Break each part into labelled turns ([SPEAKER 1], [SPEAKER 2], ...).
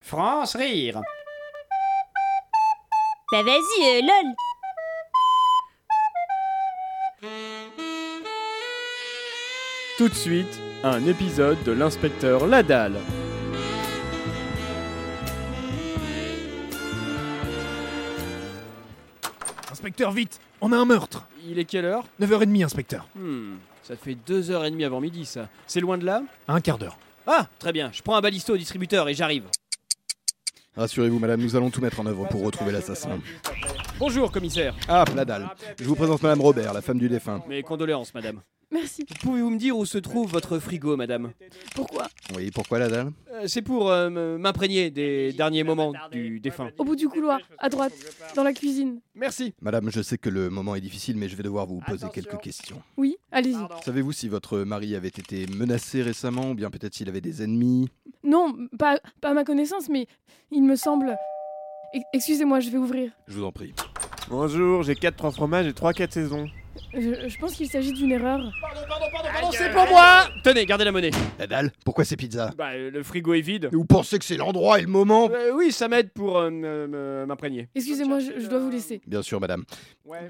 [SPEAKER 1] France rire.
[SPEAKER 2] Bah vas-y, euh, lol.
[SPEAKER 3] Tout de suite, un épisode de l'inspecteur Ladal.
[SPEAKER 4] Inspecteur, vite On a un meurtre
[SPEAKER 3] Il est quelle heure
[SPEAKER 4] 9h30, inspecteur.
[SPEAKER 3] Hmm, ça fait deux heures et demie avant midi, ça. C'est loin de là
[SPEAKER 4] À un quart d'heure.
[SPEAKER 3] Ah, très bien, je prends un balisto au distributeur et j'arrive.
[SPEAKER 5] Rassurez-vous, madame, nous allons tout mettre en œuvre pour retrouver l'assassin.
[SPEAKER 3] Bonjour, commissaire.
[SPEAKER 5] Ah, la dalle. Je vous présente madame Robert, la femme du défunt.
[SPEAKER 3] Mes condoléances, madame.
[SPEAKER 6] Merci.
[SPEAKER 3] Pouvez-vous me dire où se trouve votre frigo, madame
[SPEAKER 6] Pourquoi
[SPEAKER 5] Oui, pourquoi la dalle
[SPEAKER 3] Euh, C'est pour euh, me- m'imprégner des derniers moments du défunt.
[SPEAKER 6] Au bout du couloir, à droite, dans la cuisine.
[SPEAKER 3] Merci.
[SPEAKER 5] Madame, je sais que le moment est difficile, mais je vais devoir vous poser quelques questions.
[SPEAKER 6] Oui, allez-y.
[SPEAKER 5] Savez-vous si votre mari avait été menacé récemment, ou bien peut-être s'il avait des ennemis
[SPEAKER 6] Non, pas, pas à ma connaissance, mais il me semble. Ex- Excusez-moi, je vais ouvrir.
[SPEAKER 5] Je vous en prie.
[SPEAKER 7] Bonjour, j'ai 4 trois fromages et 3 4 saisons.
[SPEAKER 6] Je, je pense qu'il s'agit d'une erreur.
[SPEAKER 3] c'est pour moi Ah, Tenez, gardez la monnaie.
[SPEAKER 5] La dalle Pourquoi ces pizzas
[SPEAKER 3] Bah, euh, le frigo est vide.
[SPEAKER 5] Vous pensez que c'est l'endroit et le moment
[SPEAKER 3] Euh, oui, ça m'aide pour euh, me- me- m'imprégner.
[SPEAKER 6] Excusez-moi, je, je dois vous laisser.
[SPEAKER 5] Bien sûr, madame.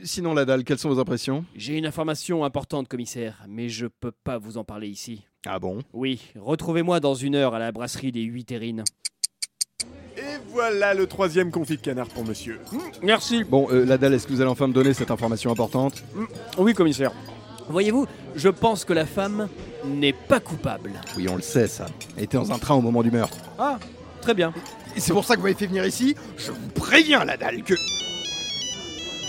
[SPEAKER 5] Sinon, la dalle, quelles sont vos impressions
[SPEAKER 3] J'ai une information importante, commissaire, mais je peux pas vous en parler ici.
[SPEAKER 5] Ah bon
[SPEAKER 3] Oui, retrouvez-moi dans une heure à la brasserie des Huit Terrines.
[SPEAKER 7] Et voilà le troisième confit de canard pour monsieur.
[SPEAKER 3] Merci.
[SPEAKER 5] Bon, euh, la dalle, est-ce que vous allez enfin me donner cette information importante
[SPEAKER 3] Oui, commissaire. Voyez-vous, je pense que la femme n'est pas coupable.
[SPEAKER 5] Oui, on le sait, ça. Elle était dans un train au moment du meurtre.
[SPEAKER 3] Ah, très bien.
[SPEAKER 5] Et c'est pour ça que vous m'avez fait venir ici Je vous préviens, la dalle, que...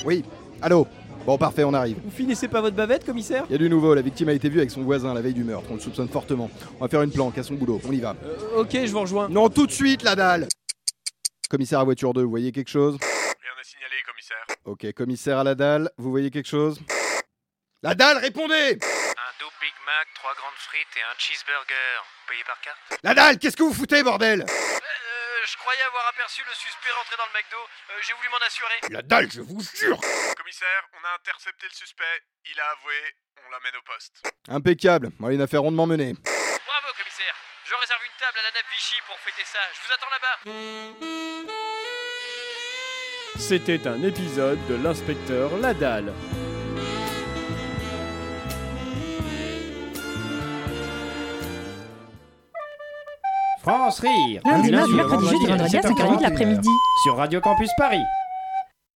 [SPEAKER 5] Oui, allô Bon, parfait, on arrive.
[SPEAKER 3] Vous finissez pas votre bavette, commissaire
[SPEAKER 5] Il y a du nouveau, la victime a été vue avec son voisin la veille du meurtre, on le soupçonne fortement. On va faire une planque à son boulot, on y va.
[SPEAKER 3] Ok, je vous rejoins.
[SPEAKER 5] Non, tout de suite, la dalle Commissaire à voiture 2, vous voyez quelque chose
[SPEAKER 7] Rien à signaler, commissaire.
[SPEAKER 5] Ok, commissaire à la dalle, vous voyez quelque chose La dalle, répondez
[SPEAKER 8] Un double Big Mac, trois grandes frites et un cheeseburger. Payé par carte
[SPEAKER 5] La dalle, qu'est-ce que vous foutez, bordel
[SPEAKER 8] Je croyais avoir aperçu le suspect rentrer dans le McDo. euh, J'ai voulu m'en assurer.
[SPEAKER 5] La dalle, je vous jure
[SPEAKER 7] Commissaire, on a intercepté le suspect. Il a avoué, on l'amène au poste.
[SPEAKER 5] Impeccable, voilà une affaire rondement menée.
[SPEAKER 8] Bravo, commissaire. Je réserve une table à la nappe Vichy pour fêter ça. Je vous attends là-bas.
[SPEAKER 3] C'était un épisode de l'inspecteur Ladal.
[SPEAKER 1] France rire.
[SPEAKER 9] Lundi,
[SPEAKER 1] Du
[SPEAKER 9] mardi,
[SPEAKER 1] au
[SPEAKER 9] mercredi, jeudi,
[SPEAKER 1] vendredi à
[SPEAKER 9] vendredi à
[SPEAKER 1] 17h40,
[SPEAKER 9] 5h30 de l'après-midi.
[SPEAKER 1] Sur Radio Campus Paris.